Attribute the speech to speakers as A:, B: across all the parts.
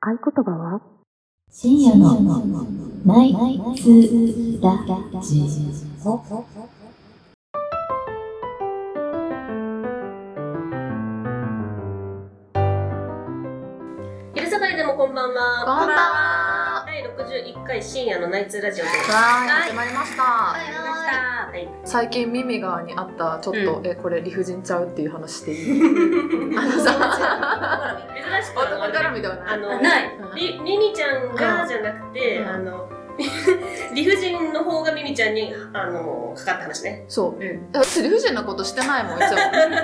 A: 合言葉は
B: 深夜のナイツラジオ。
C: 昼下がりでもこんばんは。
D: こんばん
C: は。第61回深夜のナイツラジオです。
D: はい、
C: はい
D: 始まりました。
C: 始まりました。はい。
D: 最近ミミガーにあったちょっと、
C: う
D: えこれ理不尽ちゃうっていう話していい？ あのさ、
C: 珍しく
D: 男
C: あの
D: 絡みではない。
C: あの
D: ない。
C: りミミちゃんがじゃなくて、
D: うん
C: あの 理不尽の方がミミちゃんにあのかかった話ね。
D: そう。
C: うん。
D: え私理不尽なことしてないもん一応。
C: 今私の乱れ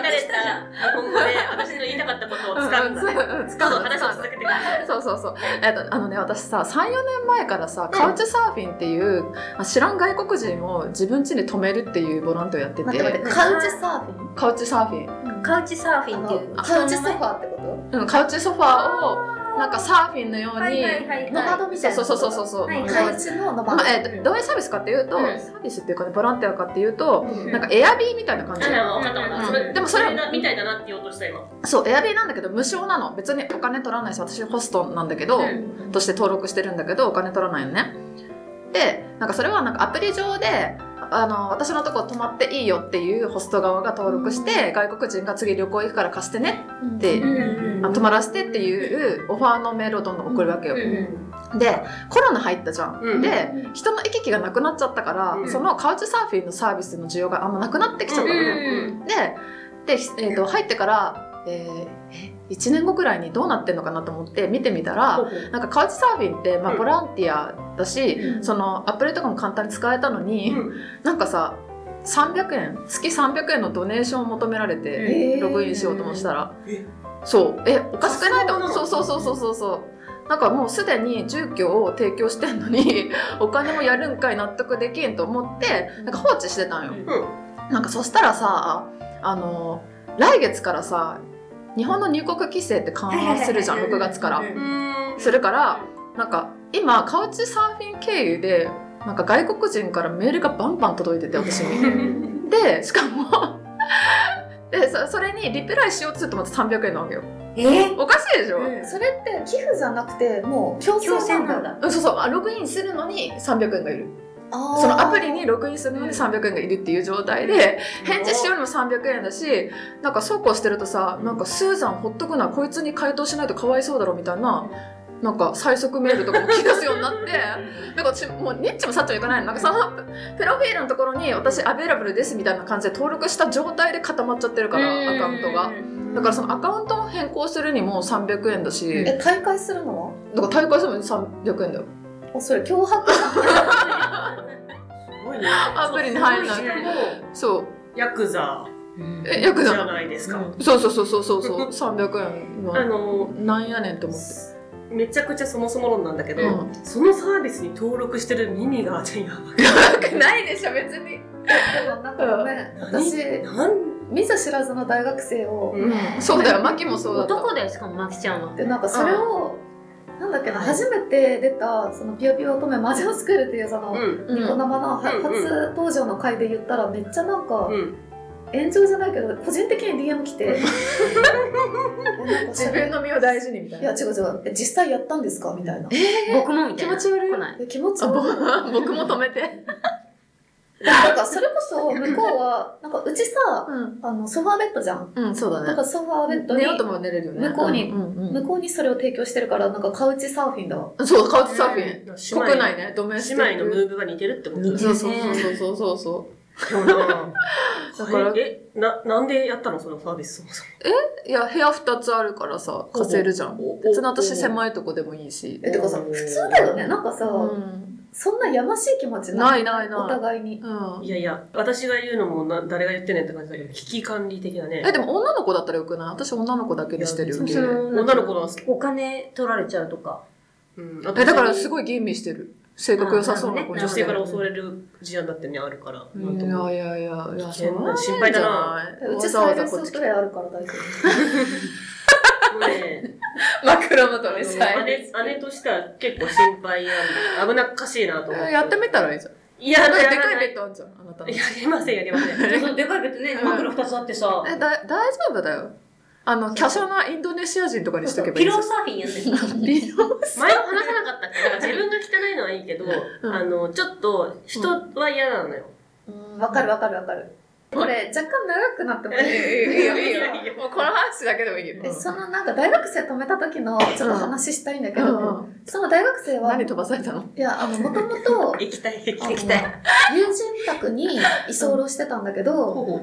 C: た日本語で私の言いたかったこと を使うんだね。
D: うん
C: どうぞ話を続けてください。
D: そうそうそう。えっと、あのね、私さ、3、4年前からさ、カウチサーフィンっていう、あ知らん外国人を自分家に泊めるっていうボランティアをやってて、
E: 待って待って、
C: で
E: カウチサーフィン
D: カウチサーフィン。
E: カウ
C: ウチサーフ
E: あのカウチソファーってこ
D: うん、カウチソファーを、なんかサーフィンのように、
C: はいはいはい
E: とノマドみたいな
D: そうそうそうそうそう、
C: はい
E: と
C: はい
E: カウチのノマ
D: ま
E: ド
D: あえーとどういうサービスかっていうと、
C: うん
D: サービスっていうかねボランティアかっていうと、
E: うん
D: なんかエアビーみたいな感じ、
C: あ、分かった分かった。それ
D: でもそれは
C: だみたいだなって言おうとした今。
D: そうエアビーなんだけど無償なの別にお金取らないし私ホストなんだけど、
C: うん
D: として登録してるんだけどお金取らないのねでなんかそれはなんかアプリ上であの私のとこ泊まっていいよっていうホスト側が登録して、外国人が次旅行行くから貸してねって、
E: うん
D: あ泊まらせてっていうオファーのメールをどんどん送るわけよ、
C: うん
D: でコロナ入ったじゃん、
C: うん
D: で人の行き来がなくなっちゃったから、
C: うん
D: そのカウチサーフィンのサービスの需要があんまなくなってきちゃったのよ、
C: うん
D: でで、えーと入ってから、えーえ1年後くらいにどうなってんのかなと思って見てみたら、なんかカウチサーフィンって、ま
C: う
D: あ、
C: ん
D: ボランティアだし、そのアプリとかも簡単に使えたのに、
C: うん
D: なんかさ300円月300円のドネーションを求められて、
E: えー
D: ログインしようともしたら、
C: え
D: そうえおかしくないと
C: あ
D: 思
C: そ
D: うそううそうそうそうそうそうなんかもうすでに住居を提供してんのに お金もやるんかい納得できんと思ってなんか放置してたんよ、なんかそしたらさあの来月からさ日本の入国規制って緩和するじゃん
E: はいはいは
D: 6
E: いはい
D: 月から
E: うん
C: うん
D: する からなんか今カウチサーフィン経由でなんか外国人からメールがバンバン届いてて私 に。でしかも でそそれにリプライしようとするとまた300円なわけよ
E: え
D: おかしいでしょ、
C: うん
E: それって寄付じゃなくてもう強制なんだ
D: うんそうそうあログインするのに300円がいる
E: あー
D: そのアプリにログインするのに300円がいるっていう状態で返事しようにも300円だしなんかそうこうしてるとさなんかスーザンほっとくなこいつに回答しないとかわいそうだろみたいななんか最速メールとかも聞かすようになってなんか私もうニッチもサッチもいかないのなんかそのプロフィールのところに私アベラブルですみたいな感じで登録した状態で固まっちゃってるからアカウントが。だからそのアカウントを変更するにも300円だし、
E: え大会するのは
D: だから大会するのに300円だよ。
E: あそれ脅迫
D: アプリに入んない。そう。
C: ヤクザ
D: え、ヤク
C: じ
D: ザ
C: ゃないですか。
D: そうそうそうそうそうそう。300円
C: あ
D: は
C: の
D: なんやねんと思って。
C: めちゃくちゃそもそも論なんだけど、
D: うん
C: そのサービスに登録してるミミガーちゃんやば
D: ないでしょ別に。
E: でもなんかごめん私
C: い。なん
E: 見ず知らずの大学生を
D: うん。そうだよ。マキもそうだった。
F: 男だよしかもマキちゃんは
E: でなんかそれをなんだっけな初めて出たそのピヨピヨ乙女魔女スクールっていうその
C: うん
D: うん
E: ニコ生のは
C: うんうん
E: 初登場の回で言ったらめっちゃなんか
C: うん。
E: 炎上じゃないけど個人的に DM 来て
D: 自分の身を大事にみたい
E: いや
D: な。
E: 違う違うえ実際やったんですかみたいな
F: 僕もみたいな
D: 気持ち悪い
F: 来ない
E: え気持ち
D: あぼ
E: 悪い
D: 僕も止めて。
E: なんかそれこそ向こうはなんかうちさ
D: うん。
E: あのソファーベッドじゃん
D: うん、そう
E: だ
D: だ
E: か
D: ね。
E: らソファーベッド
D: 寝
E: に
D: ようとも寝れるよね。
E: 向こうに
D: うんうん
E: 向こうにそれを提供してるからなんかカウチサーフィンだわ
D: うんそう、カウチサーフィン。
C: 姉妹
D: 国内ね、ドメス
C: 姉
D: ティッ
C: 妹のムーブが似てるってこと
D: ク。そうそうそうそうそうそう。
C: そうな。
D: だから
C: え、な、なんでやったのそのサービスそもそも。
D: いや部屋2つあるからさ貸せるじゃん
C: おお
D: 別に私
C: お
D: 狭いとこでもいいし
E: えてかさ普通だよねなんかさ、
D: うん
E: そんなやましい気持ちない
D: ないない
E: お
D: ない
E: 互いに
D: うん
C: いやいや、私が言うのもな誰が言ってんねんって感じだけど、危機管理的なね。
D: えでも女の子だったらよくない私女の子だけでしてるよ
C: い
D: け
C: や女の子の好き
F: お金取られちゃうとか
C: うん、あと
D: えだからすごい吟味してる性格良さそうな子
F: うん
C: 女性から襲わ
D: れ
C: れる事案だってね、あるから。
D: い
C: なんとも
D: やいやいやいや
C: 危険
D: そんなんじゃ
C: 心
D: な
C: 配
D: い
C: だな
E: う
D: わ
E: ち
D: ざ
E: サ
D: わ
E: イレ
D: ざ
E: ン
D: こっ
E: ス
D: ち
E: プレイあるから大丈夫
C: もうね
D: 枕元にさ
C: あの姉姉としては結構心配やん危なっかしいなと思って。
D: やってみたらいいじゃん
C: いや、
D: な
C: や
D: んからでかい
C: な
D: ベッ
C: い。
D: ドあんじゃんあなたの
C: やりません、やりません。
F: でかいけどね
D: 枕
F: 2つあってさ
D: えだ大丈夫だよあの、華奢なインドネシア人とかにしとけばい
F: ピ
D: いで
F: ロー
D: すよ。
F: サーフィンやってる。
D: ピロー
C: 前も話さなかったっけなんか自分が汚いのはいいけど、
D: ん
C: あの、ちょっと人は嫌なのよ。
E: うんわかるわかるわかる。これ若干長くなってもいい
D: いいよいいよ いいよ。もうこの話だけでもいいよ。
E: えそのなんか大学生止めた時のちょっと話したいんだけど、
D: うんうん
E: その大学生は
D: 何
E: い
D: 飛ばされたの
E: やあのもともと
C: 液体、液
E: あの
C: 体。
E: 友人宅に居候してたんだけど、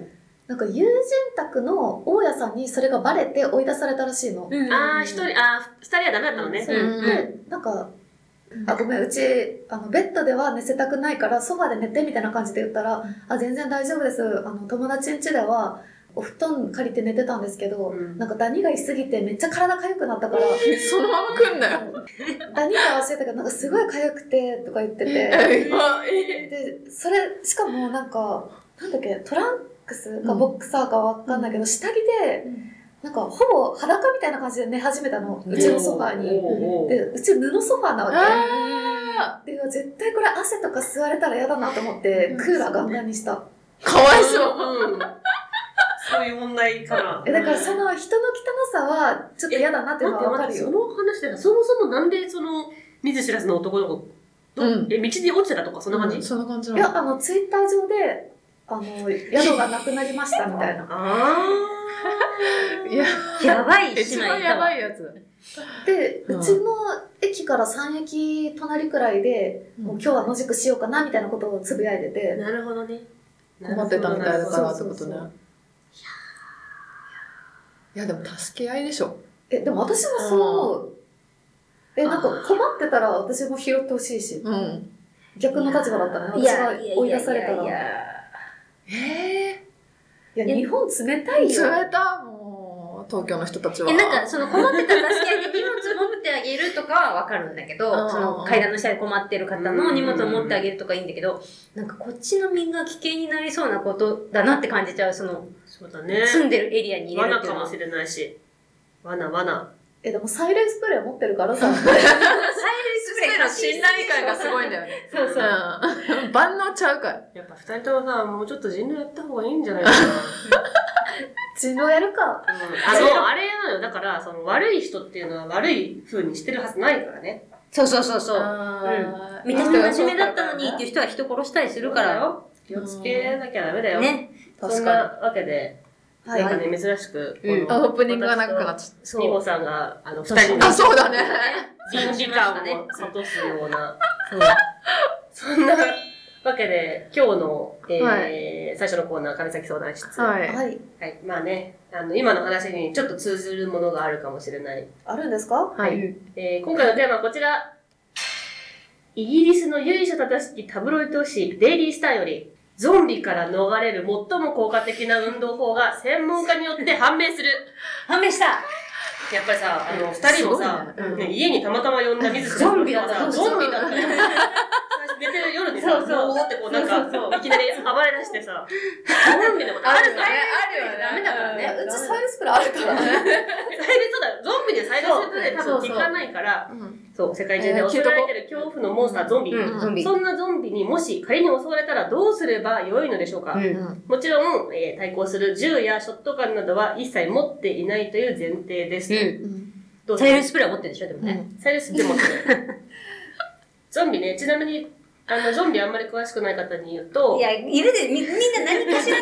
E: なんか友人宅の大家さんにそれがバレて追い出されたらしいの。
C: ああ、一人、ああ、二人はダメだったのね
E: そ。う
D: うん
E: でなんかあごめんうちあのベッドでは寝せたくないからソファで寝てみたいな感じで言ったら「あ全然大丈夫ですあの友達ん家ではお布団借りて寝てたんですけど、
C: うん
E: なんかダニがいすぎてめっちゃ体痒くなったから、
D: そのまま来んなよ。
E: ダニが忘れたけどなんかすごい痒くてとか言ってて
D: えいあいい
E: でそれしかもなんかなんだっけトランクスかボクサーかわかんないけど、下着でなんかほぼ裸みたいな感じで寝始めたのうちのソファに。
C: おーおー
E: でうち布ソファなわけ。
D: あ
E: で絶対これ汗とか吸われたら嫌だなと思ってクーラーガンガンにした
D: ーかわいそう。
C: うんそういう問題かな。
E: えだからその人の汚さはちょっと嫌だなっていうのは分か
C: 待って
E: る
C: 待って、そ
E: よ
C: の話で、そもそもなんでその、見ず知らずの男の子、ど
D: うん
C: え、道に落ちてたとか、そんな感じ、
D: そんな感じ
E: いやあのツイッター上であの宿がなくなりましたみたいな
C: ああ。
D: いや、
F: やばい姉
D: 一
F: 妹
D: 番やばいやつ。
E: で
D: うん
E: うちの駅から3駅隣くらいでもう今日は野宿しようかなみたいなことをつぶやいてて
C: なるほどね。
D: 困ってたみたいだからって
E: そう
D: こ
E: そうそ
D: と
E: う
D: ね。いやでも助け合いでしょ。
E: えでも私もそう思うえなんか困ってたら私も拾ってほしいし
D: うん。
E: 逆の立場だった
F: い
E: ね私
F: や
E: が追い出されたら
F: いやいやいやいや
D: え
E: いや
F: いや
E: 日本冷た
D: えー。
E: いよ
D: 冷たもう東京の人たちは。
F: えなんかその困ってたら助け合いで荷物持ってあげるとかはわかるんだけ
D: う
F: ど
D: ん
F: その階段の下で困ってる方の荷物を持ってあげるとかいいんだけどなんかこっちの身が危険になりそうなことだなって感じちゃうその
C: そうだね。
F: 住んでるエリアに入れる
C: 罠
F: っていうの
C: かも
F: は
C: しれないし。罠、罠。
E: えでもサイレンスプレー持ってるからさ
D: スペインの信頼感がすごいんだよね。
F: そうそう
D: うん。万能ちゃうから。
C: やっぱ二人ともさ、もうちょっと人狼やった方がいいんじゃないかな。
E: 人狼やるか
C: あの、あれなのよ。だから、その悪い人っていうのは悪い風にしてるはずないからね。
F: そうそうそうそう
D: あー
F: 見た人真面目だったのにっていう人は人殺したりするからよ
C: よ。気をつけなきゃダメだよ。
F: ね
C: そんなわけで、
E: は
C: なん
E: い
C: かね、珍しく、
F: うん
D: あオープニングが長くなっち
C: ニ
F: そ
C: モ
F: う
C: さんが、あの、
F: そ
C: 二
F: う
C: 人
D: ゃった。あ、
C: の
D: そうだね。
C: 倫理観を諭すような、そうそんなわけで、今日の、えー最初のコーナー、神崎相談室。
D: はい。
E: はい
C: はい、まあね、あの、今の話にちょっと通ずるものがあるかもしれない。
E: あるんですか
D: はい。
C: えー今回のテーマはこちら。イギリスの由緒正しきタブロイド紙、デイリースターより、ゾンビから逃れる最も効果的な運動法が専門家によって判明する。
F: 判明した
C: やっぱりさ、あの、二人もさ、
D: すごいね
C: ね家にたまたま呼んだ水
F: ゾンビだった
C: さゾンビだったね。寝てる夜に さ、
F: そうそう
C: ボーってこうなん
F: そうそうそ
C: か、
F: う
C: いきなり暴れ出してさ、ゾンビのことあるからね。
D: あるよね。
F: ダメだからね
E: えうちサイレンスプレーあるからね
C: サイレントだよゾンビでサイレントで多分効かないから、
D: うん。
C: そう、世界中で襲われてる恐怖のモンスター、ゾンビ。
F: うんゾンビ
C: そんなゾンビにもし仮に襲われたらどうすればよいのでしょうか、
F: うん
D: うん。
C: もちろん、えー対抗する銃やショットガンなどは一切持っていないという前提です。どう
F: サイレン
C: ス
F: スプレーは持ってるでしょでも
D: う
F: ね
D: ん
C: サイレンスでもってない。 ゾンビね、ちなみに、あの、ゾンビあんまり詳しくない方に言うと、
F: いやいるでみみんな何かしら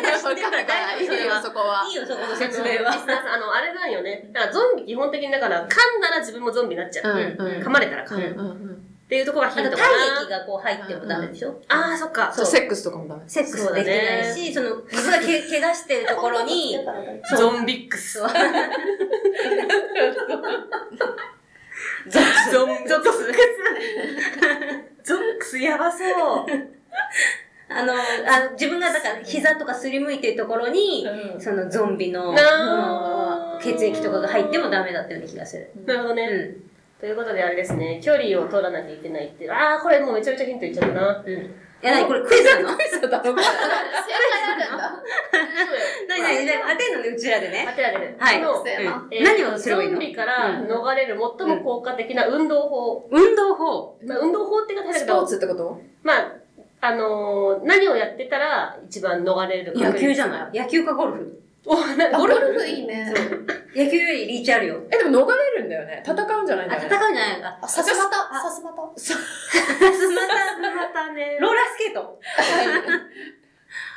F: で知ってるから大
D: いい
F: 丈夫それ
D: よ
F: は。
D: そこはい
F: いよそこの
C: あの
F: 説明
C: リ
F: は
C: スナーさんあの、あれなんよね。だからゾンビ基本的にだから、噛んだら自分もゾンビになっちゃう。
D: うんうん
C: 噛まれたら噛
F: う
C: む、
F: ん
C: っ
D: うんうん。
C: ていうところが
F: あ
C: ヒン
F: と
C: ト
F: 体
C: か
F: 液
C: な。
F: がこう入ってもダメでしょ
C: ああー、そっか。
D: そうセックスとかもダメ。
F: セックスできないしその水がけ怪我してるところに
E: だからね
C: ゾンビックス。
F: そう
C: ゾンゾックス。ゾックスやばそう。
F: あのあの自分がだから膝とかすりむいてるところにそのゾンビの
C: なあ
F: うん血液とかが入ってもダメだったような気がする
C: なるほど
F: う
C: ね、
F: ん
C: ということであれですね、距離を取らなきゃいけないっていう。ああ、これもうめちゃめちゃヒントいっちゃったな。
F: うんいや何これクイズなの 何何何当てんのねうちらでね
C: 当てられる。
F: はい
C: この
E: せーの
C: えー
F: 何をすればいいの
C: ゾンビから逃れる最も効果的な運動法。
F: 運動法
C: まあ、運動法って言い方だけ
D: スポー
C: ど、
D: ツってこと
C: まあ、あのー何をやってたら一番逃れる確率
F: 野球かゴルフ
C: おな
E: あ
C: ゴ
E: ゴ
C: ル
E: ル
C: フ
E: フいいね。
F: 野球よりリーチあるよ。
D: え、でも逃れるんだよね。戦うんじゃないん
F: あ、
D: だ
F: 戦う
D: よ
F: んじ
D: ね。
F: ゃないのか。
E: あ、さすまた。
F: あ
E: さすまた。
F: さすまた、
C: またね
F: ローラースケート。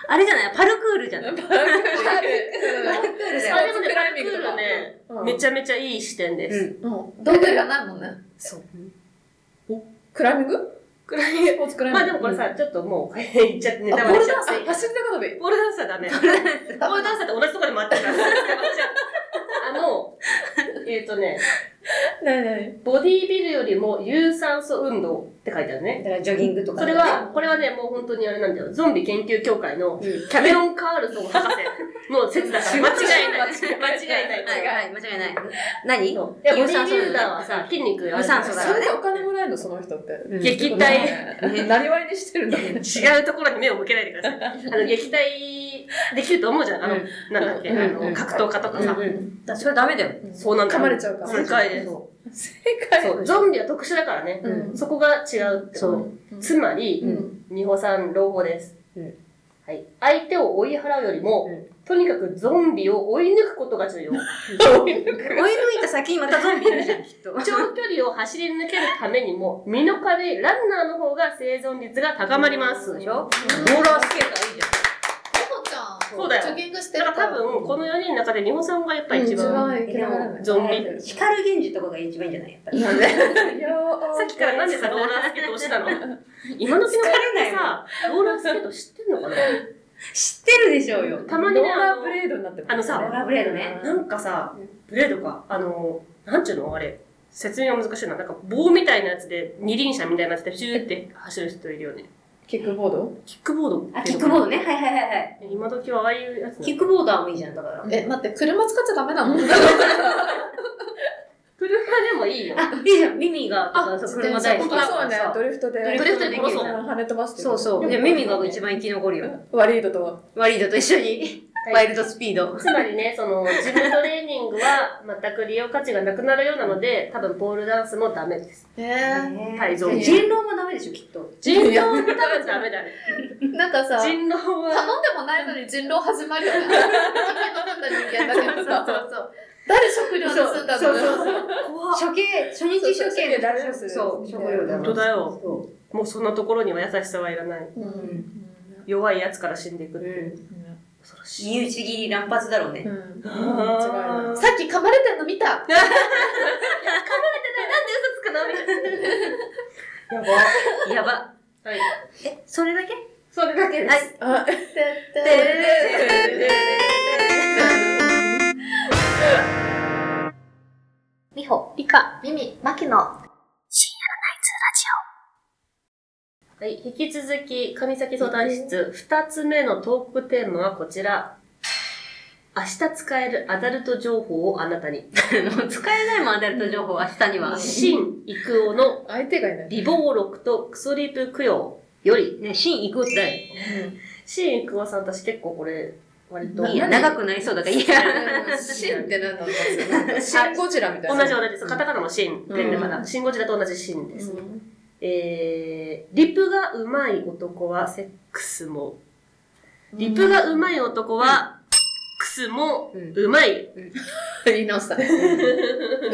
F: あれじゃないパルクールじゃない
D: パルクー
F: パ
D: ル
F: ルクールだ
C: あ
F: よ。
C: でもね
D: クライミングとか
C: パルクールね
D: うん
C: めちゃめちゃいい視点です、
F: うん。
E: もう、道具いらないもんね。
F: そう。
D: クライミング
C: くらい
D: スポーツクライミ
C: ま
D: ン
C: あ
D: グ
C: でもこれさ、ちょっともう 言っちゃってネ
D: あ、
C: タ
D: ボ
C: バ
D: ル
C: レしち
D: ダ
C: ゃ
D: ン
C: っ
D: ス、あ
C: て
D: 走り高跳び。
C: ボールダンサーダメ
E: ダ
C: ボー
E: メ
C: ルダンサーって同じとこで待ってるからあのえっ、とね
D: なになに
C: ボディービルよりも有酸素運動って書いてあるね
F: だからジョギングとか。
C: それは、これはね、もう本当にあれなんだよ。ゾンビ研究協会の
F: うん、間違
C: キャメロン・カールソン博士の 説だから、間違いない。間違いない。
F: いない。間違いない。何
C: いや、ボ
F: 有
C: ディ
F: 酸
C: ー
F: 素
C: ビルダーはさ、筋肉あるじゃない
F: 無酸素だ
D: それでお金もらえるの、その人って。
F: うん
C: 撃退。
D: なりわいにしてるんだね。
C: 違うところに目を向けないでください。あ の、撃退できると思うじゃん。あの、
F: うん
C: なんだっけ、あ
F: うんう
C: の、
F: ん
C: 格闘家とか
F: うん
C: さ。
F: うん。だそれはダメだよ。
C: そうなんだ
D: 噛
C: よ
D: まれちゃうから。
C: 正解です。
F: そ
D: 正解
C: そう、ゾンビは特殊だからね。
D: うん
C: そこが違うってこと。つまり、
D: うん
C: 美穂さん、老後です。
F: うん
C: はい。相手を追い払うよりも、
F: うん
C: とにかくゾンビを追い抜くことが重要。
F: う 追い抜いた先にまたゾンビいるじゃん、きっと。
C: 長距離を走り抜けるためにも、身の軽いランナーの方が生存率が高まります。でしょ
F: ローラースケートいいじ
E: ほのちゃん、
C: そうだよ
E: ジョギングして
C: だ
E: る
C: か
E: から
C: 多分、この4人の中で美穂さんがやっぱ一番、
D: うん一番
C: ゾンビ
F: ゃん。光源氏とかが一番いいんじゃないやっぱり。
D: なんで
C: さっきからなんでさ、ローラースケートをしたの今の時の子ってさ、ローラースケート知ってんのかな
F: 知ってるでしょうよ。
C: たまにね、
D: ロー
C: あ
D: ラ
C: の
D: ーブレードになってる
C: あのさ
F: ローラーブレードね
C: なんかさ、ブレードか、あの、なんちゅうのあれ、説明が難しいな。なんか棒みたいなやつで、二輪車みたいなやつで、シューって走る人いるよね。
D: キックボード
C: キックボード
F: あ、キックボー
C: ド。
F: ドね。はいはいはいはい。
C: 今時はああいうやつな
F: キ
C: の
F: ックボーダーもいいじゃん、だから。
E: え、待って、車使っちゃダメなの
C: 車でもいいよ。
F: あ、いいじゃん。ミミが、とかそう車大好
D: 本
F: き
D: 当
F: だ
D: だ
F: か
D: そう
F: ら
D: ね
F: さ。
D: ドリフトで
F: ドリフトでできる
D: 跳ね飛ばして
F: そうそう。で、ミミが一番生き残るよ。
D: ワリードと
F: ワリードと一緒に、
C: はい
F: ワイルドスピード。
C: つまりね、その、ジムトレーニングは全く利用価値がなくなるようなので、多分ポールダンスもダメです。
E: え
C: 体重
F: 人狼もダメでしょ、きっと。
C: 人狼は多分ダメだね。
E: ー、なんかさ、頼ん
C: 人狼
E: で
C: は、
E: もないのに人狼始まるよね。人間のんだ人間だけどさ、そうそう。誰食料盗んだの
F: そうそう
E: よ。
F: 処刑、初日
D: そう
F: 処
D: 処
F: 刑
D: 刑大丈夫する
F: そう、
D: みた
F: 処
D: いな
F: 刑
C: 本当だよ。
F: そ
C: もうそんなところには優しさはいらない。
E: う
F: う。うんん。
C: 弱いやつから死んでいくっていう。恐ろしい。
F: 身内切り乱発だろうね。
D: うん
C: あー
E: さっき噛まれてんの見た
C: なんで嘘つくのみたいな。やば。
F: やば。
C: はい。
F: え、それだけ
C: それだけです。
F: はい。
D: あ
E: てって
F: てれれれれれれれ
E: みほ、りか、みみ、まきの。
C: はい、引き続き、上崎相談室、二つ目のトークテーマはこちら。明日使えるアダルト情報をあなたに。
F: もう使えないもん、アダルト情報、明日には。
C: 新育夫の
D: 相手がいない
C: リボーロクとクソリプ供養より。
F: ね、シーン行くって誰
C: 新育夫さん、私結構これ、割と。
F: いや、長くなりそうだから、いや。
D: シンって何なんだろうシンゴジラみたい
C: 同
D: な
C: じ同じです。カタカナもシン。
D: うん
C: ペンだから、シンゴジラと同じシンです。
D: うん
C: えー、リプがうまい男はセックスも、リプがうまい男は、クスも
F: うん
C: うまい。
D: 言い直したえ
F: リ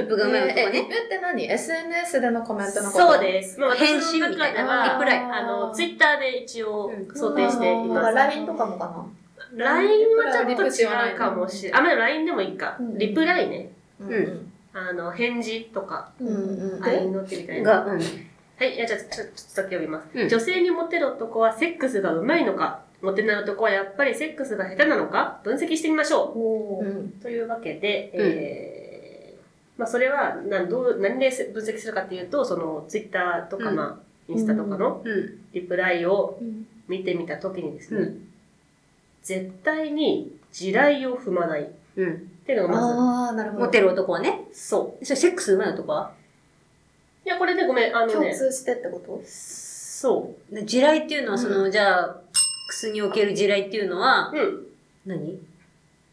F: ップがうまい男
D: えリ
F: ね。
D: プって何 ?SNS でのコメントのこと
C: そうです。まあ、
F: 返信みたいな
C: 私の中では
F: リプライ
C: あの、ツイッターで一応
F: うん
C: 想定しています。
E: LINE とかもかな
C: LINE はちょっと
D: リプって言わない
C: 違う
D: の
C: かもしれない。あ、まあ LINE でもいいか
E: う。ん
C: リプライね。
F: ん
C: あの、返事とか、
E: うんうん
C: 愛の手みたいな。
F: が、うん。
C: はい、いやじゃあちょちょっとだけ読みます、
F: うん
C: 女性にモテる男はセックスがうまいのか、モテない男はやっぱりセックスが下手なのか、分析してみましょう。
E: おー
F: うん。
C: というわけで、えーまあ、それはなどう何で分析するかっていうとそのツイッターとか、
F: うん
C: まあ、インスタとかの
F: うん。
C: リプライを
E: うん
C: 見てみた時にですね、
F: うん
C: 絶対に地雷を踏まないっ
F: うん。
C: ていうのがま
E: ああ、なるほ
F: モ
E: ど。
F: テる男はね。
C: ずそ
F: それセックスうまい男はい
C: やこれねごめんあの
E: 共
C: ね
E: 通してってこと
C: そ
F: で地雷っていうのは、その、じゃあ、クスにおける地雷っていうのは
C: う、うん
F: 何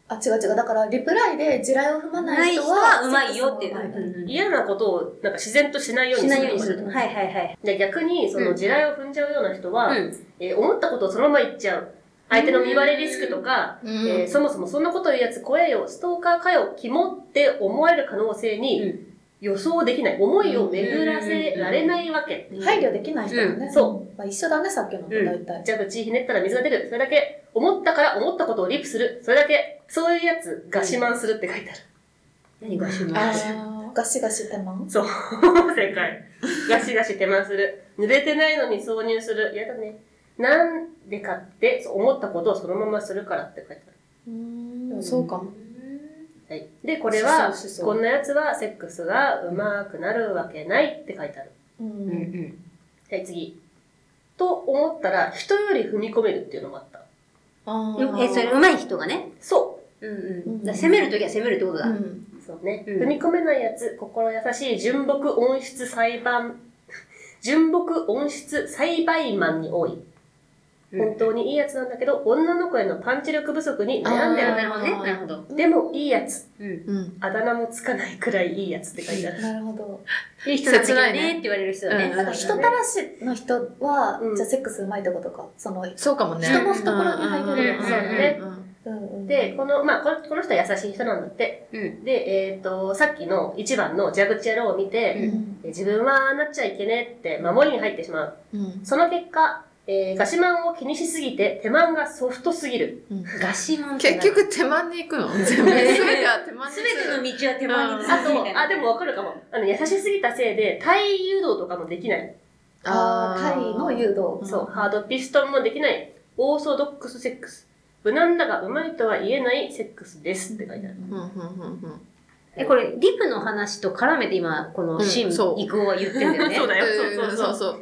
E: あ、違う違う。だから、リプライで地雷を踏まな
F: ない
E: い
F: 人
E: 人
F: は
E: は、
F: うまいよってい
E: セックスも上手
F: う。うん
C: 嫌なことをなんか自然としないよう
F: し
C: に
F: な
C: す
F: い
C: る
F: ようにすると。はいはいはい。
C: で逆にその地雷を踏んじゃうような人は、
F: うん。
C: えー思ったことをそのまま言っちゃう相手の見割れリスクとか、えーそもそもそんなこと言うやつ怖えよ、ストーカーかよ、肝って思われる可能性
F: う
C: に予想できない。思いを巡らせられないわけ。
E: 配慮できない人もね、
C: んそ
E: まあ、一緒だねさっきのと
C: うん
E: 大体、
C: じゃあ口ひねったら水が出る。それだけ。思ったから思ったことをリップする。それだけ。そういうやつ、ガシマンするって書いてある。
F: 何がしま
E: あ
F: す
E: ーガシガシ手間
C: そう。正解。ガシガシ手間する。濡れてないのに挿入する。やだね。なんでかって、そう思ったことをそのままするからって書いてある。
E: うんそうかも
C: はい。で、これは
E: そうそう、そう
C: こんなやつはセックスがうまくなるわけないって書いてある。
E: うん、
C: はい、次。と思ったら、人より踏み込めるっていうのもあった。
E: あ
F: うんえ、それ、上手い人がね。
C: そ
F: うん
E: うん
F: だから攻めるときは攻めるってこと
E: う
F: だ。
E: ん、
C: う。そうね。
F: うん
C: 踏み込めないやつ、心優しい純木音質裁判、 純木音質栽培マンに多い。本当にいいやつなんだけど、女の子へのパンチ力不足に悩んで
F: な
C: る
F: る
C: ね。
F: ほどね。なるほど。
C: でもいいやつ。
F: うん。
D: うん、
C: あだ名もつかないくらいいいやつって書いてある。
E: なるほど
F: いい人なんだけど
D: 切ないね
F: ねって言われる人だね。
D: うん
E: なんか人たらしの人は、
C: うん
E: じゃあセックスうまいってことかその
D: そうかもね
E: 人の懐に入れる
F: うん
C: そうだね
E: うんうん
C: で、この、まあ、ここの人は優しい人なんだって。
F: うん。
C: で、えっ、と、さっきの一番の蛇口野郎を見
E: う
C: て、
E: ん
C: 自分はああなっちゃいけねえって守りに入ってしまう。
D: うんうん
C: その結果、えー、ガシマンを気にしすぎて手満がソフトすぎる。
D: うん
F: ガシマンって
D: 結
F: な
D: 局手間に行くの全部全ては手間に
F: すべての道は手間に
D: う
F: つ
D: ん
C: あ
F: なぐみたい
C: と、
F: な
C: あ、でもわかるかも。あの、優しすぎたせいで、体位誘導とかもできない。
E: あータイの誘導
C: そう、
D: うん
C: ハードピストンもできない。オーソドックスセックス。無難だがうまいとは言えないセックスですって書いてある。
D: うんうんうんうん
F: え、これ、リプの話と絡めて今、このシ
D: う
F: ン、
D: んそう
F: イクオは言ってんだよね。
C: そうだよ
D: うん
C: そうそうそう
D: そう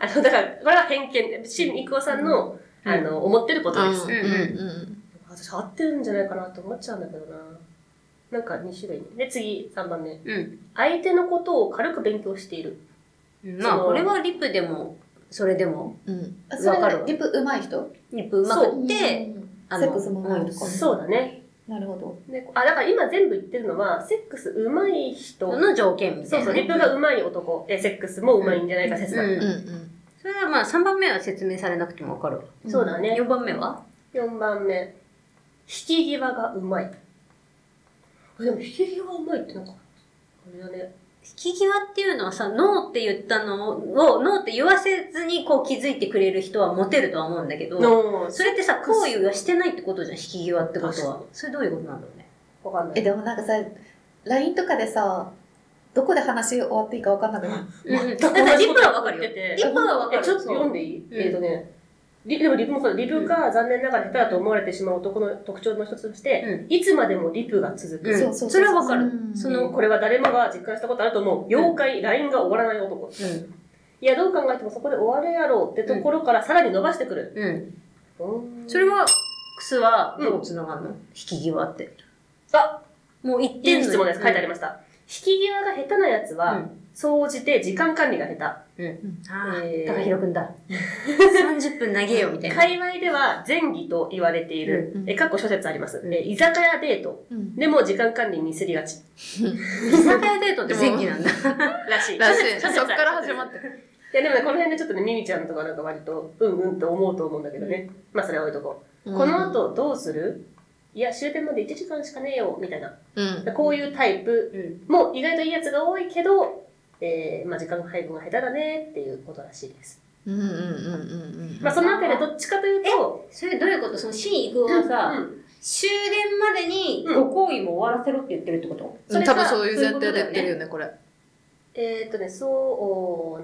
C: あの、だから、これは偏見。シン・イクオさんの、
F: うん
C: あの、思ってることです。
D: うんうん
C: 私、合ってるんじゃないかなと思っちゃうんだけどな。なんか2種類ね。で、次、3番目。
F: うん。
C: 相手のことを軽く勉強している。
F: まあ、これはリプでも、それでも、
D: うんうん
E: あそれ
F: わ
E: が
F: かる
E: リプうまい人
F: リプうまくって、
E: うん
F: あの
E: セックスもうまいとか
C: そうだね。
E: なるほど
C: で、あ、だから今全部言ってるのは、セックス上手い人。
F: の条件みた
C: そ
F: いうな。
C: そう、リプが上手い男。え、セックスも上手いんじゃないか説だ。
F: うん
D: うんうん
F: それはまあ、3番目は説明されなくてもわかるわ。
C: そうだね。
F: 4番目は
C: 4番目引き際がうまいあでも引き際うまいってなんかあれだね
F: 引き際っていうのはさ、ノーって言ったのを、ノーって言わせずにこう気づいてくれる人はモテるとは思うんだけど、
C: の
F: それってさ、行為はしてないってことじゃん、引き際ってこと
C: 確
F: は。それどういうことなんだろうね。
C: わかんない
E: えでもなんかさ LINE とかでさどこで話終わっていいか分かんなくなる
F: うんうん
C: 全く
F: だから
C: 同じ
F: リ
C: こ
F: プ
C: と
F: はわかる
C: 言
F: よ
C: っ。て
F: リ
C: て
F: プはわか
C: え
F: る。
C: ちょっと読んでいい、えっ、とねリでもリプもそうだリプが残念ながら下手だと思われてしまう男の特徴の一つとして、いつまでもリプが続く、
F: うん
E: そうそう
F: それはわかる。
D: うん
F: そ
C: あの
F: の、
C: これは誰もが実感したことあると思う妖怪 LINE が終わらない男
F: うん。
C: いやどう考えてもそこで終わるやろうってところからさらに伸ばしてくる、
F: うん。
C: うん
F: それは、クスはどう繋がるの、引き際って。
C: あ
F: もう一
C: い
F: 点
C: い質問です。書いてありま
F: し
C: した。引き際が下手なやつ
F: う
C: は、総じて時間管理が下
F: た。ああ、
C: えー
F: 高弘くん だ。30分投げよ、みた
C: 手。
F: いな。
C: 界隈では前儀と言われている。
D: うん
C: え、かっこ諸説あります。
F: うん
C: え、居酒屋デート。
D: うん
C: でも時間管理ミスりがち。
F: 居酒屋デートって前期なんだ。
C: らしい。
D: らし
C: 諸
D: い
C: 説
D: そっから始ま
C: っ
D: って
C: て。いや、でもね、この辺でちょっとね、ミミちゃんとかなんか割と、うんうんと思うと思うんだけどね。まあ、それは置いとこう。この後どうするいや、終点まで1時間しかねえよ、みたいな。
D: うん
C: でこういうタイプ
F: うん。
C: も意外といいやつが多いけど、えーまあ、時間配分が下手だねっていうことらしいです。
D: うんうんうんうんうん
C: まあ、そのあたりはどっちかというと、
F: それどういうことその、シン行くはさ、
C: うん
F: 終電までにご行為も終わらせろって言ってるってこと、
C: それ
D: 多
C: が
D: 分そういう前提でやってるよねこれ
C: えーっとね、そ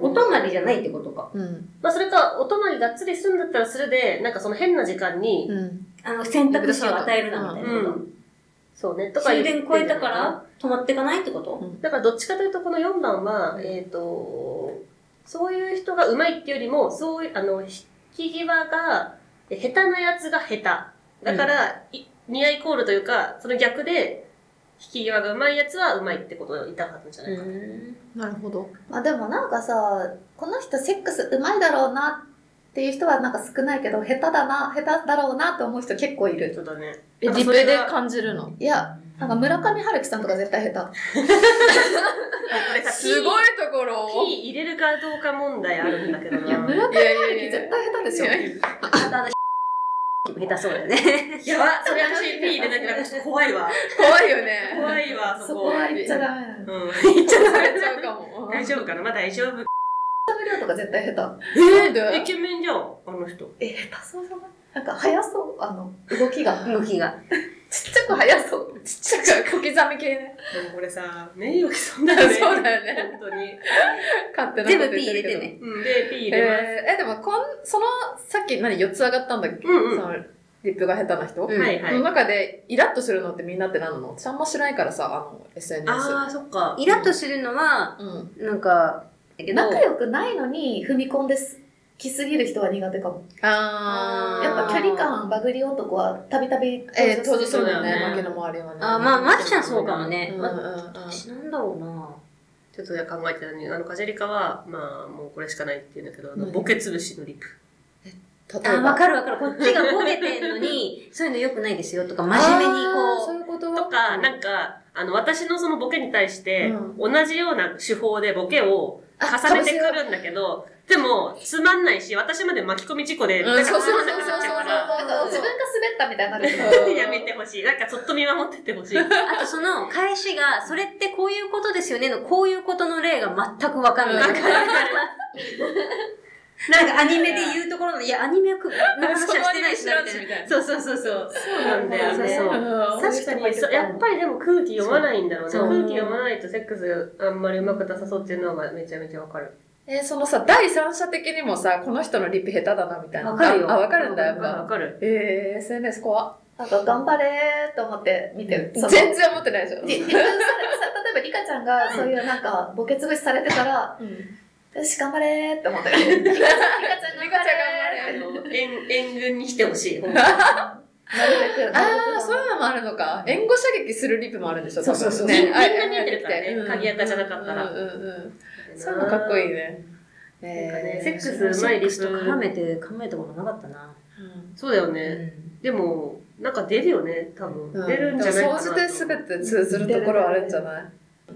C: う、
F: お泊まりじゃないってことか。
D: うん
C: まあ、それか、お泊まりがっつりするんだったらするで、なんかその変な時間に、
D: うん
F: あの、選択肢を与えるなみたいな
C: う
F: こ
C: んそうね、
F: と。
C: とか言
F: 終
C: って
F: 電
C: ん
F: 超え
C: じゃない
F: たか
C: かな
F: ら止まっていかないってこと
C: だからどっちかというと、この4番は、えーっと、そういう人がうまいっていうよりも、そういう、あの、引き際が、え下手なやつが下手。だから、い似合いコールというか、その逆で、引き際がうまいやつはうまいってことを言いたかったんじゃないかな。
D: なるほど
E: まあでもなんかさこの人セックスうまいだろうなっていう人はなんか少ないけど下手だな下手だろうなって思う人結構いる
C: そうだね。
D: えリプで感じるの
E: いやなんか村上春樹さんとか絶対下
C: これさ
D: すごいところを
C: P 入れるかどうか問題あるんだけどな。
E: 手いや村上春樹絶対下手でしょ
D: いやい
F: あとあの、下手そうだよね。
C: やばそれ私 P 入れなきゃちょっと怖いわ。
D: 怖いよね。
C: 怖いわ、そ
E: そ
C: こ
E: こ。は言っちゃダメなの。
C: うん。
D: 言っちゃされちゃうか も。
C: 大丈夫かなまあ大丈夫。
E: 食べ量とか絶対下
D: えー
C: イケメンじゃん、あの人。
E: 手。え、下手そうじゃないなんか速そう、あの、動きが。
F: 動きが。
E: ちっちゃく速そう。
D: ちっちゃく小刻み系ね。
C: でもこれさ、名誉毀損だ
D: そう
C: よね。
D: だよね。
C: 本当に。
D: 勝手なこと
F: 全
D: 言っ
F: 部
D: て
F: P 入れ
D: るけ
F: て
D: ど。
F: ね。
C: うん。で、P 入れます。
D: えー、えでもこんそのさっき何4つ上がったんだっけ、
C: うんうん
D: そのリップが下手な
F: う
D: 人、
F: ん
C: はいは
D: その
C: い。
D: 中でイラッとするのってみんなって何なの私あんま知らないからさあの SNS
C: あー、そっか。
F: イラッとするのは、
D: うん、
F: なんか、だけど、
E: 仲良くないのに踏み込んです。来すぎる人は苦手かも。
D: あー
E: やっぱ距離感バグり男はたびたび
D: えー、登場する
C: そ
D: も
C: うんだ
D: ね
C: よね
D: 負けの周りはね
F: あー、まあ、マキちゃんそうかも
D: う
F: ね。
D: んうん
F: ま
D: うん
F: 私なんだろうな。
C: ちょっとね考えてたのに、あの、カジェリカは、まあ、もうこれしかないって言うんだけど、あの、
D: うん
C: ボケ潰しのリップ。
D: 例え
F: あ
D: ば
F: ー、わかるわかる。こっちがボケてんのに、そういうの良くないですよとか、真面目に
D: あー
F: こ
D: そういうこと
C: とか、なんか、あの、私のそのボケに対して、同じような手法でボケを重ねてくるんだけど、でも、つまんないし、私まで巻き込み事故で、
D: うん
C: なんか
D: そう
C: つ
D: そう
C: ま
D: そ
C: ん
D: う
C: なくなっちゃうか
D: そうそ
C: ら、
D: う
E: なんか自分が滑ったみたいになるけど。
D: そう
C: やめてほしい。なんか、そっと見守っててほし
F: う、
C: い。
F: あとその返しが、それってこういうことですよねの、こういうことの例が全くわかんない。
D: うん
F: なんかアニメで言うところの、いや、アニメはくの話はしてないしな、みたいな。
D: たい
C: そうそうそうそう。そうなんだよね。
F: そうそう
D: な
C: 確かにそう、やっぱりでも空気読まないんだろうね。
D: そう
C: 空気読まないとセックスあんまりうまくなさそうっていうのがめちゃめちゃわかる。
D: えーそのさ第三者的にもさこの人のリップ下手だなみたいな
F: わかるよ
D: あわかるんだやっ
C: わ
D: ぱ
C: かる。
D: えー、SNS 怖っ
E: なんか頑張れーと思って見てる。その
D: 全然思ってないでしょ
E: リ例えばリカちゃんがそういうなんかボケ潰しされてから、よし頑張れーって思ってる。リカちゃん
D: リ
E: リカち
D: カち
E: ゃ
D: ゃん
E: ん
D: 頑
E: 頑
D: 張
E: 張
D: れ
E: れ
C: あの、援援軍にしてほしい。本
E: ーなるべく。
D: ああ、そういうのもあるのか。援護射撃するリップもあるんでしょ
C: そうそうそう
D: 多分ね
C: みんな見えてるからね
D: あうん
C: 鍵垢じゃなかったら
D: うんうんうん
C: 当にな
D: そういうのかっこいいね。
C: なんかね
D: えー
C: セックスうまいリス
F: と
C: ト
F: 絡めて考えたことなかったな。
D: うん
C: そうだよ
F: う
C: ね。
F: ん
C: でも、なんか出るよね、多
D: うん
C: 分。出るんじゃないかなと。
D: でも総じて全て通ずるところはあるんじゃない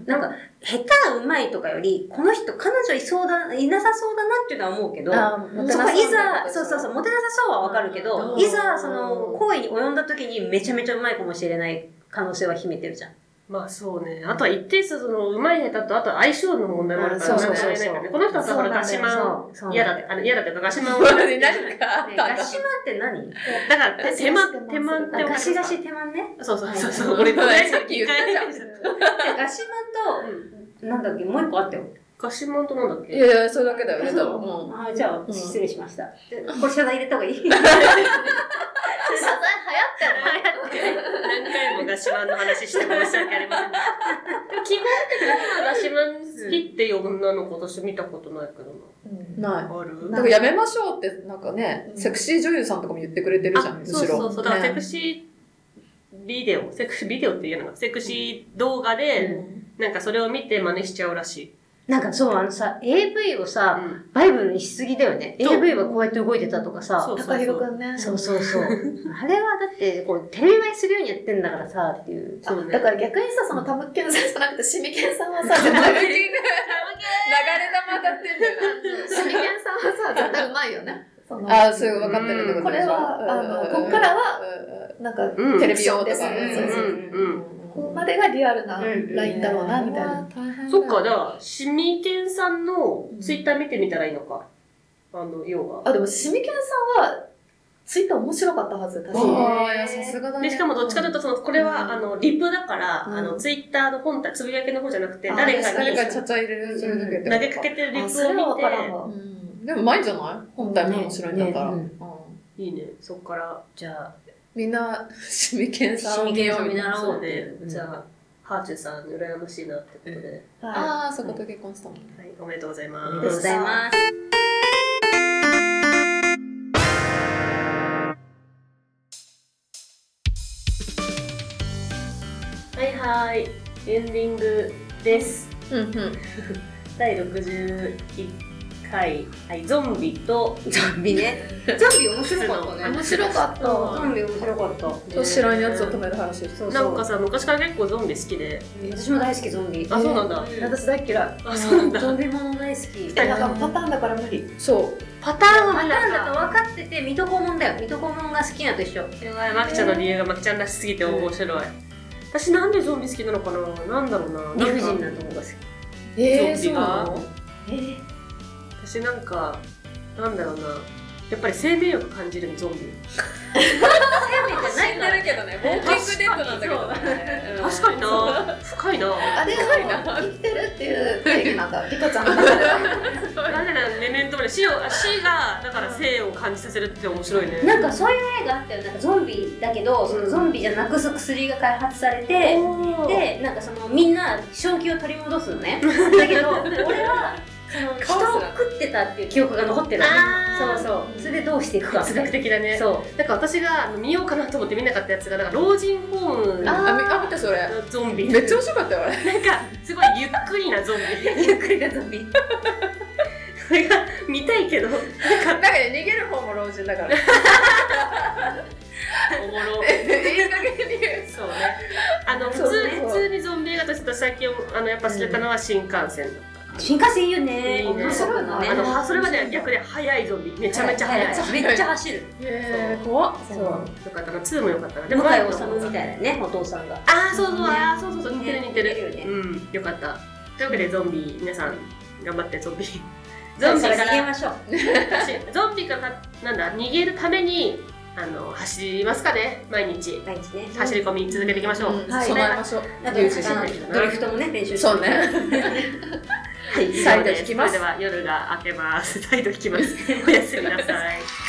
F: なんか、下手うまいとかより、この人、彼女いそうだ、いなさそうだなっていうのは思うけど、
D: あーもて
F: そこ
D: なさ
F: は
D: そう
F: い
D: な
F: ざ、
D: こと
F: そうそうそう、モテなさそうはわかるけど、
D: うん
F: いざ、その、行為に及んだ時にめちゃめちゃうまいかもしれない可能性は秘めてるじゃん。
C: まあそうね。あとは一定数、その、うまい下手と、あとは相性の問題もあるから、
D: うんそう
C: なん
D: そうそう
C: かやれない
D: そう
C: からねこの人はさ、ほら、ガシマン、
F: そう、そう。
C: 嫌だって、あの、嫌だっていうか、ガシマンを。
D: そ
C: だ
D: れで 何かあったんだ
F: ガシマって何
C: から、手間、手間って
F: あガシガ
C: っ
F: シ手間ね。
C: て。そうそうそう
D: う
C: そ
D: ん
C: う。俺、これ
D: さっき言ったじゃん
F: ガシマと、なんだっけ、もう一個あったよ。
C: ガシマンとなんだっ
D: い
C: け
D: やいや、それだけだよね、多分。うん
F: あ、じゃ
D: うん
F: あ、失礼しました。でこれ謝罪入れた方がいい
E: 謝罪流行ってる
C: 何回もガシマンの話して申し訳ありません。でも基本的にはガシマン好きっていう女の子として見たことないけど
E: うん
D: ない。
C: な。ある
D: だからやめましょうって、なんかね、セクシー女優さんとかも言ってくれてるじゃん、
C: あ
D: む
C: そう
D: し
C: そう
D: ろ。
C: そう。だからセク
D: シ
C: シービデオ、セクシービデオって言えなのセクシー動画で、なんかそれを見て真似しちゃうらしい。
F: なんかそう、あのさ、AV を
C: う
F: さ、
C: ん。
F: バイブルにしすぎだよね。
C: そう
F: AV はこうやって動いてたとかさ。
C: そう
E: 高弘くんね。
F: そうそう そう。あれはだって、こう、テレビ映えするようにやってんだからさ、っていう。
C: そうね。
E: だから逆にさ、そのタムケンさんじゃなくてシミケンさんはさ、絶対
D: 流れ玉だってんだよな。
E: シミケンさんはさ、絶対うまいよね。その
D: ああ、そういう分かってるってこと
E: こ
D: で
E: れ
D: しょ
E: は、あ
D: うん
E: の、こっからは、
D: う
E: なんか、
C: うん
D: テレビ用とか
E: そううんそう
C: うんうん。
E: ここまでがリアルなラインだろうな、みたいな。
D: な
C: そっか、だから、シミケンさんのツイッター見てみたらいいのか。あの、要は。
E: あ、でも、シミケンさんは、ツイッター面白かったはず、確かに。
D: ああ、いや、さすがだね。
C: で、しかもどっちかというと、その、これ
D: う
C: は、
D: ん
C: あの、リプだから、
D: うん
C: あの、ツイッターの本体、つぶやきの方じゃなくて、
E: あ
C: 誰か
D: 誰
C: に
D: か
C: 投
D: ちゃちゃ入れる、それだけで。
C: げかけてるリプを
E: あ、それは分
C: 見
E: からん
C: て、
E: わ。
D: うんでも、前じゃない本体も面白いんだったら。
F: ねね
D: うん
C: いいね、そっから。
F: じゃあ、
D: みんな、シミケンさ
F: シ
D: んを
F: ミ
D: 見
F: ケン
D: よ
F: さ
D: うん
F: 見
D: みたいな。
F: 習
C: そ
F: お
C: う
F: う
C: ね、
F: って。
C: じゃ
F: あ、
C: あ、ハーチューさん、羨ましいなってことで。
E: は
D: ああ、そこと結婚したもんね。
C: はい、おめでとうござい
F: あり
C: ま
F: がとうご
C: す。
F: ざいます。
C: はいはい、エンディングです。
D: うんうん。
C: 第61はい、はい、ゾンビと
F: ゾンビね。 ゾンビ面白かったね。
E: 面白かった
F: ゾンビ面白かった。
D: 知らんやつを止める話です
F: そうそう
C: なんかさ昔から結構ゾンビ好きで
F: 私も大好きゾンビ。
C: あそうなんだ
E: 私大っ嫌い
C: あそうなんだ
F: ゾンビもの大好き。
E: えなんかパターンだから無理
D: そう
C: パターン
F: パ
C: は
F: ターン
C: 無理
F: だ
C: だ
F: と分かってて水戸黄門だよ水戸黄門が好きなと一緒
C: やばいマキちゃんの理由がマキちゃんらしすぎて面白い私なんでゾンビ好きなのかななんだろうな
F: 理不尽
C: な
F: なとこが好き
D: えー、
C: ゾンビ
D: そう
C: が
D: なの
C: 私なんかなんだろうなやっぱり生命力感じるのゾンビ
F: ないから
A: けどね、ウォーキングデッドなんだけどね。うん
C: 確かにな深いな
E: あ でも生きてるっていう定義なんだリカちゃんの中では
C: なんでなんメメントまで死をあ死がだから生を感じさせるって面白いね
F: なんかそういう映画あったよなんかゾンビだけどそのゾンビじゃなくす薬が開発されてでなんかそのみんな正気を取り戻すの ねだけど俺はその人
A: カオスだ
F: を食ってたっていう記憶が残ってる
C: あ
F: そ
C: ー
F: うそうそれでどうしていくか
C: 哲学的だね
F: そう
C: なんか私があの見ようかなと思って見なかったやつがなんか老人ホームの
D: あみあ見たそれ
C: ゾンビ
D: めっちゃ面白かったよあれ
C: なんかすごいゆっくりなゾンビ
F: ゆっくりなゾンビ
C: それが見たいけどおも
D: なんかね逃げる方も老人だから いい
C: ろ
D: 加減に逃げる
C: そうねあの普
D: そう
C: 通
D: そう
C: 普通にゾンビ映画として最近あのやっぱ知れたのは新幹線だった
F: 新幹線いいよね
C: いいね
F: 面白いのね
C: あのはそれまでは逆で速いゾンビめちゃめちゃ速い、
F: はめっちゃ走る
D: えー、怖っ
F: そう
C: よかったな2もよかったなで
F: 向
C: も
F: 井治みたいなねお父さんが
C: ああそうそう、ああそうそうそう似てる似てる
F: よね
C: うんよかったというわけでゾンビ皆さん頑張ってゾンビ
F: ゾ
C: ゾ
F: ン
C: ン
F: ビ
C: ビ
F: か
C: から
F: 逃げ
C: ら
F: ましょう
C: 私ゾンビからなんだ逃げるためにあの走りますかね毎日
F: 毎日ね
C: 走り込み続けていきましょう、
D: ん
F: はい
D: 備えましょう
F: なんか
D: 有事
C: な
F: あのドリフトもね練習して
D: そうね
C: はい、
D: サイド引きます
C: それでは夜が明けます。サイド引きます。おやすみなさい。